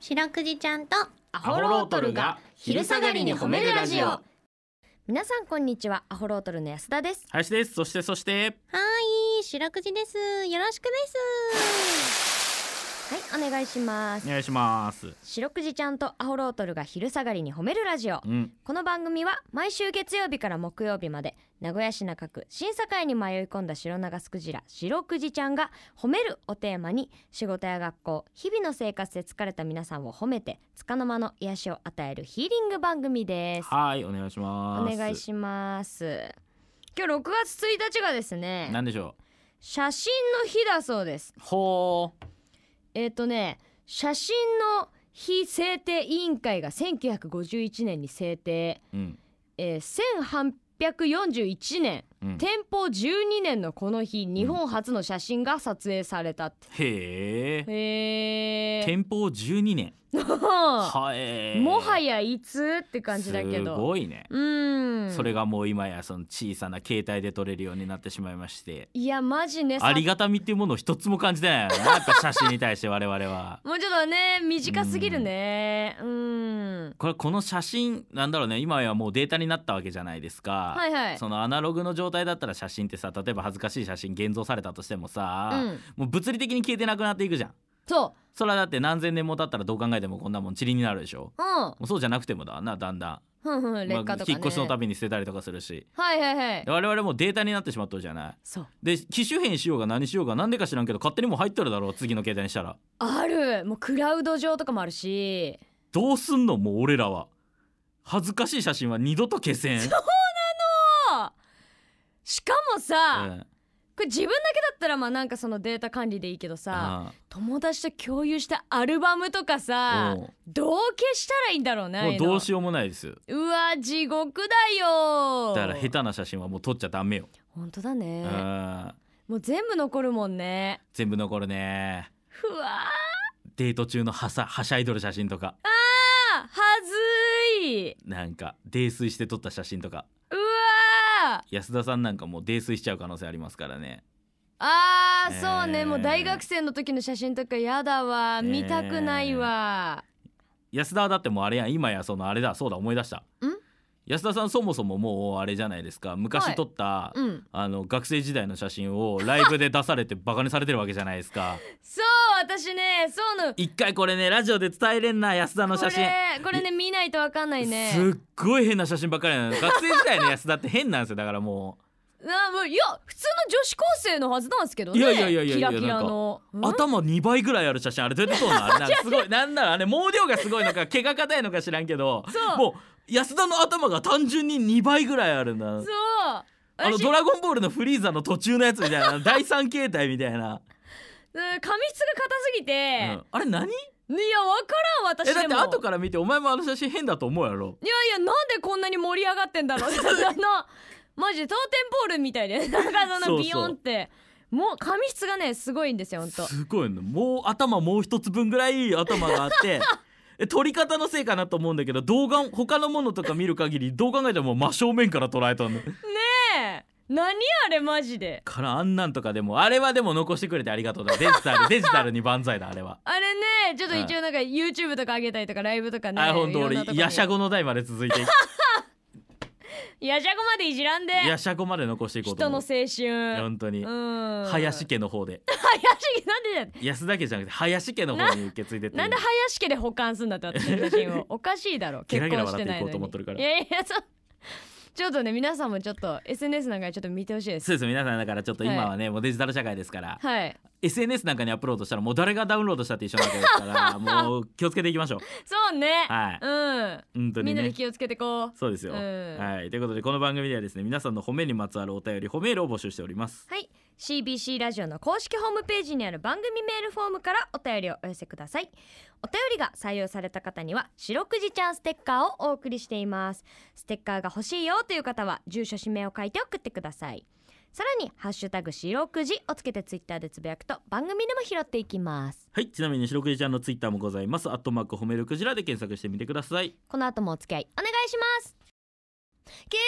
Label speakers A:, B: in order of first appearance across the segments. A: 白くじちゃんと
B: ア
C: ホロートルが昼下がりに褒めるラジオ
B: 皆さんこんにちはアホロートルの安田です
C: 林ですそしてそして
A: はーい白くじですよろしくです
B: はいお願いしま
C: お
B: す
C: 願いします
B: 白くじちゃんとアホロートルが昼下がりに褒めるラジオ
C: うん
B: この番組は毎週月曜日から木曜日まで名古屋市中区審査会に迷い込んだ白長スクジラ白くじちゃんが「褒める」をテーマに仕事や学校日々の生活で疲れた皆さんを褒めて束の間の癒しを与えるヒーリング番組です
C: はいお願いし
B: お
C: ます
B: 願いします今日6月1日がですね
C: なんでしょ
B: 写真の日だそうです
C: うほう
B: えっ、とね写真の日制定委員会が1951年に制定、
C: うん
B: えー、1841年
C: うん
B: 天保12年のこの日日本初の写真が撮影されたって、
C: へえ
B: へえ
C: 天保12年
B: も
C: はえ
B: は
C: や
B: やいつって感じだけ
C: す
B: ど
C: ごいね
B: うん
C: それがもう今やその小さな携帯で撮れるようになってしまいまして
B: いやマジねさ
C: ありがたみっていうものを一つも感じてないよねなんか写真に対して我々は
B: もうちょっとね短すぎるねうん
C: これこの写真なんだろうね今やもうデータになったわけじゃないですか、
B: はいはい
C: そのアナログの状態だったら写真ってさ例えば恥ずかしい写真現像されたとしてもさ、
B: うん、
C: もう物理的に消えてなくなっていくじゃん
B: そ
C: それはだって何千年も経ったらどう考えてもこんなもん塵になるでしょ
B: ううん
C: もうそうじゃなくてもだなだんだん、
B: ふんふん劣化とかね、
C: 引っ越しのたびに捨てたりとかするし
B: はいはいはい
C: 我々もデータになってしまっとるじゃない
B: そう
C: で機種変しようが何しようが何でか知らんけど勝手にもう入っとるだろう次の携帯にしたら
B: あるもうクラウド上とかもあるし
C: どうすんのもう俺らは恥ずかしい写真は二度と消せん、
B: しかも
C: う
B: さ、
C: ん
B: これ自分だけだったらまあなんかそのデータ管理でいいけどさ、友達と共有したアルバムとかさ
C: うんも
B: どう消したらいいんだろうねああいうの
C: どうしようもないです
B: うわ地獄だよ
C: だから下手な写真はもう撮っちゃダメよ、
B: 本当だ
C: う
B: ね、
C: ん、
B: もう全部残るもんね
C: 全部残るね
B: ふわ
C: デート中のはさはしゃいどる写真とか
B: ーはずい
C: なんか泥酔して撮った写真とか
B: うわー
C: 安田さんなんかもう泥酔しちゃう可能性ありますからね
B: あーそう
C: え
B: ね
C: ー
B: もう大学生の時の写真とかやだわ見たくないわ、
C: 安田はだってもうあれやん今やそのあれだそうだ思い出した安田さんそもそももうあれじゃないですか
B: は
C: 昔
B: い
C: 撮った、
B: うん
C: あの学生時代の写真をライブで出されてバカにされてるわけじゃないです か
B: そう私ねそうの
C: 一回これねラジオで伝えれんな安田の写真
B: これこれね見ないとわかんないね
C: すっごい変な写真ばっかりなの学生時代の安田って変なんですよだからも
B: なもういや普通の女子高生のはずなんですけどね
C: いやいやいやいやいや
B: キラキラの
C: う、
B: うん
C: 頭2倍ぐらいある写真あれどうやって撮る のあれなんかすごいなんならあれ毛量がすごいのか毛が硬いのか知らんけど
B: そう
C: もう安田の頭が単純に2倍ぐらいあるんだ
B: そう
C: あの
B: 私
C: ドラゴンボールのフリーザの途中のやつみた いな第三形態みたい
B: う
C: な、
B: ん髪質が硬すぎて、
C: うんあれ何
B: いやわからん私で
C: え
B: も
C: だって後から見てお前もあの写真変だと思うやろ
B: いやいやなんでこんなに盛り上がってんだろ うあのマジでトーテンポールみたいで なんかそ
C: そうそ
B: の
C: う
B: ビヨンってもう髪質がねすごいんですよほんと
C: すごいのもう頭もう一つ分ぐらい頭があって え撮り方のせいかなと思うんだけど動画他のものとか見る限りどう考えても真正面から捉えたんだ
B: ねえ何あれマジで
C: からあんなんとかでもあれはでも残してくれてありがとうだデジ タルデジタルに万歳だあれは。
B: あれねちょっと一応なんか YouTube とか上げたりとかライブとかね
C: あ本当
B: いろんな
C: 俺
B: とこに
C: ヤシャゴの代まで続いて
B: やしゃごまでいじらんで
C: ヤシャゴまで残していこうと
B: 人の
C: 思
B: 青
C: う
B: 春
C: 本当に、
B: うん
C: 林家の方で
B: 林家なんでだよ
C: 安田家じゃなくて林家の方に受け継いでって
B: なんで林家で保管すんだって私の写真を おかしいだろ
C: ゲ
B: 結
C: ラゲラ
B: 婚し
C: 笑
B: て
C: っ
B: な
C: て
B: い
C: い
B: の
C: こう
B: に
C: と思っとるから
B: いやいやそうちょっとね皆さんもちょっと SNS なんかでちょっと見てほしいです
C: そうです皆さんだからちょっと今はね、もうデジタル社会ですから
B: はい
C: SNS なんかにアップロードしたらもう誰がダウンロードしたって一緒なわけですか らもう気をつけていきましょう
B: そうね、
C: はい本
B: う
C: 当
B: んみ
C: に
B: んなで
C: ね
B: 気をつけてこう
C: そうですよ、
B: うん
C: はいということでこの番組ではですね皆さんの褒めにまつわるお便り褒めールを募集しております
B: はい CBC ラジオの公式ホームページにある番組メールフォームからお便りをお寄せくださいお便りが採用された方には「白くじちゃんステッカー」をお送りしていますステッカーが欲しいよという方は住所氏名を書いて送ってくださいさらに「ハッシュタグ白くじ」をつけてツイッターでつぶやくと番組でも拾っていきます
C: はいちなみに白くじちゃんのツイッターもございますアットマーク褒めるクジラで検索してみてください
B: この後もお付き合いお願いします聞いてよ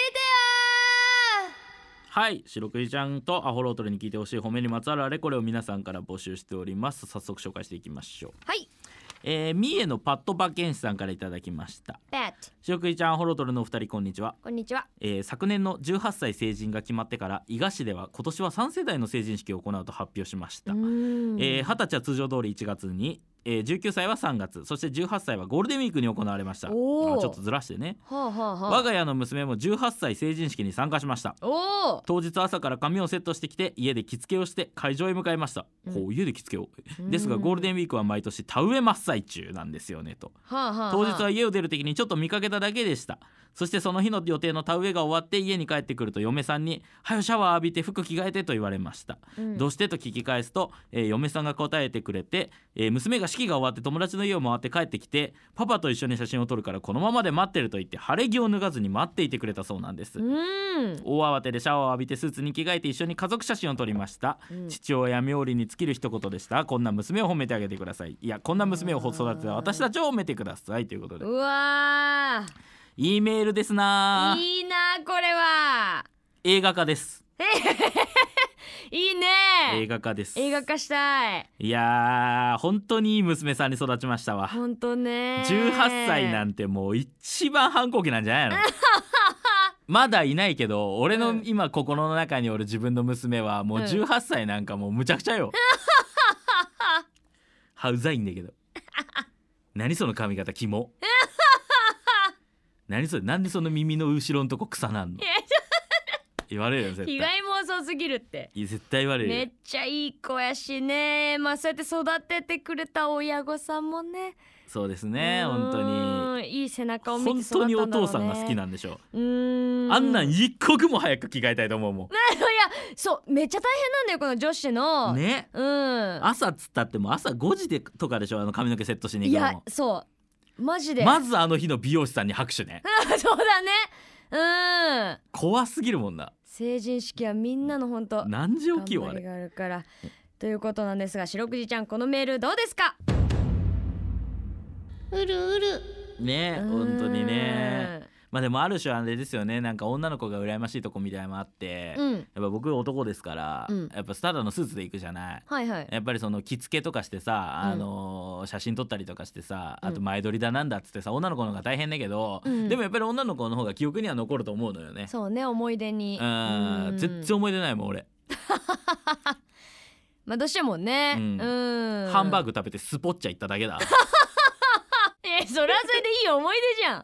C: はい白くじちゃんとアホロートルに聞いてほしい褒めにまつわるあれこれを皆さんから募集しております早速紹介していきましょう
B: ーはい
C: えー、三重のパッドバケンシさんからいただきました
B: ペット
C: 白井ちゃんホロトルのお二人こんにちは
B: こんにちは
C: えー昨年の18歳成人が決まってから伊賀市では今年は3世代の成人式を行うと発表しました、
B: うーん
C: えー、20歳は通常通り1月に、えー、19歳は3月そして18歳はゴールデンウィークに行われましたあち
B: おー
C: ょっとずらしてね
B: はあはあ
C: 我
B: はあ
C: が家の娘も18歳成人式に参加しました
B: おお
C: 当日朝から髪をセットしてきて家で着付けをして会場へ向かいました、
B: うん
C: こう家で着付けをですがゴールデンウィークは毎年田植え真っ最中なんですよねと
B: はあはああ
C: 当日は家を出る時にちょっと見かけただけでしたそしてその日の予定の田植えが終わって家に帰ってくると嫁さんに「はよシャワー浴びて服着替えて」と言われました、
B: うん
C: どうしてと聞き返すと、えー嫁さんが答えてくれて、えー娘が式が終わって友達の家を回って帰ってきてパパと一緒に写真を撮るからこのままで待ってると言って晴れ着を脱がずに待っていてくれたそうなんです、
B: うーん
C: 大慌てでシャワーを浴びてスーツに着替えて一緒に家族写真を撮りました、
B: うん
C: 父親冥利に尽きる一言でしたこんな娘を褒めてあげてくださいいやこんな娘を育てた私たちを褒めてくださいということで
B: うわ
C: いいメールですな
B: ーいいなこれは
C: 映画化です
B: いいね
C: 映画化です
B: 映画化したい
C: いやー本当にいい娘さんに育ちましたわ
B: 本当ね
C: 18歳なんてもう一番反抗期なん じゃないのまだいないけど俺
B: う
C: の
B: ん
C: 今心の中におる自分の娘はもう
B: うん
C: 18歳なんかもうむちゃくちゃ よはうざいんだけど何その髪型 キモ何それなんでその耳の後ろのとこ草なんの
B: いや
C: 言われるよ絶
B: 被
C: 対
B: 害妄想すぎるって
C: いや絶対言われるよ
B: めっちゃいい子やしねまあそうやって育ててくれた親御さんもね
C: そうですね
B: うーん
C: 本当に
B: いい背中を見て
C: 本
B: 育った
C: 当
B: んだ
C: に
B: ろう、ね、
C: お父さんが好きなんでしょ
B: うー
C: うんあんなん一刻も早く着替えたいと思うも
B: いやそうめっちゃ大変なんだよこの女子の、
C: んね
B: うん
C: 朝っつったっても朝5時でとかでしょあの髪の毛セットしに
B: い
C: 行くの
B: や
C: も
B: そうマジで、
C: まずあの日の美容師さんに拍手 ね
B: そうだねうん
C: 怖すぎるもんな
B: 成人式はみんなの本当
C: 何時起きよ
B: 頑
C: あ
B: 張り
C: れ
B: があるからということなんですが白くじちゃんこのメールどうですか
A: うるうる
C: ね本当にねまあでもある種あれですよねなんか女の子が羨ましいとこみたいなのもあって、
B: う
C: やっ
B: んうん
C: ぱ僕男ですから、
B: うん
C: やっぱただのスーツで行くじゃない
B: はいはい
C: やっぱりその着付けとかしてさ、
B: うん
C: あのー写真撮ったりとかしてさあと
B: うん
C: 前撮りだなんだっつってさ女の子の方が大変だけど、
B: うん
C: でもやっぱり女の子の方が記憶には残ると思うのよね。
B: そうね思い出に
C: うん
B: うん
C: 全然思い出ないもん俺、
B: まあどうしてもね
C: う
B: うんん
C: ハンバー
B: グ
C: グ食べてスポッチャ行っただけだ
B: えそれはそれでいい思い出じゃ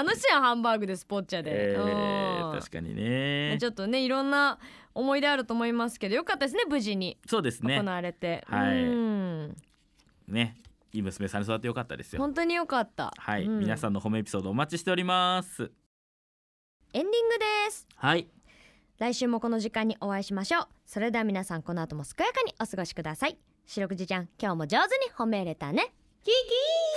B: ん楽しいやんハンバーグでスポッチャで、
C: えー
B: うん
C: 確かにね
B: ちょっとねいろんな思い出あると思いますけどよかったですね無事に
C: そうですね
B: 行われて、
C: はい
B: うん
C: ねいい娘さんに育ってよかったですよ
B: 本当によかった
C: はい、
B: うん
C: 皆さんの褒めエピソードお待ちしております
B: エンディングです
C: はい
B: 来週もこの時間にお会いしましょうそれでは皆さんこの後も健やかにお過ごしください白くじちゃん今日も上手に褒め入れたねキキー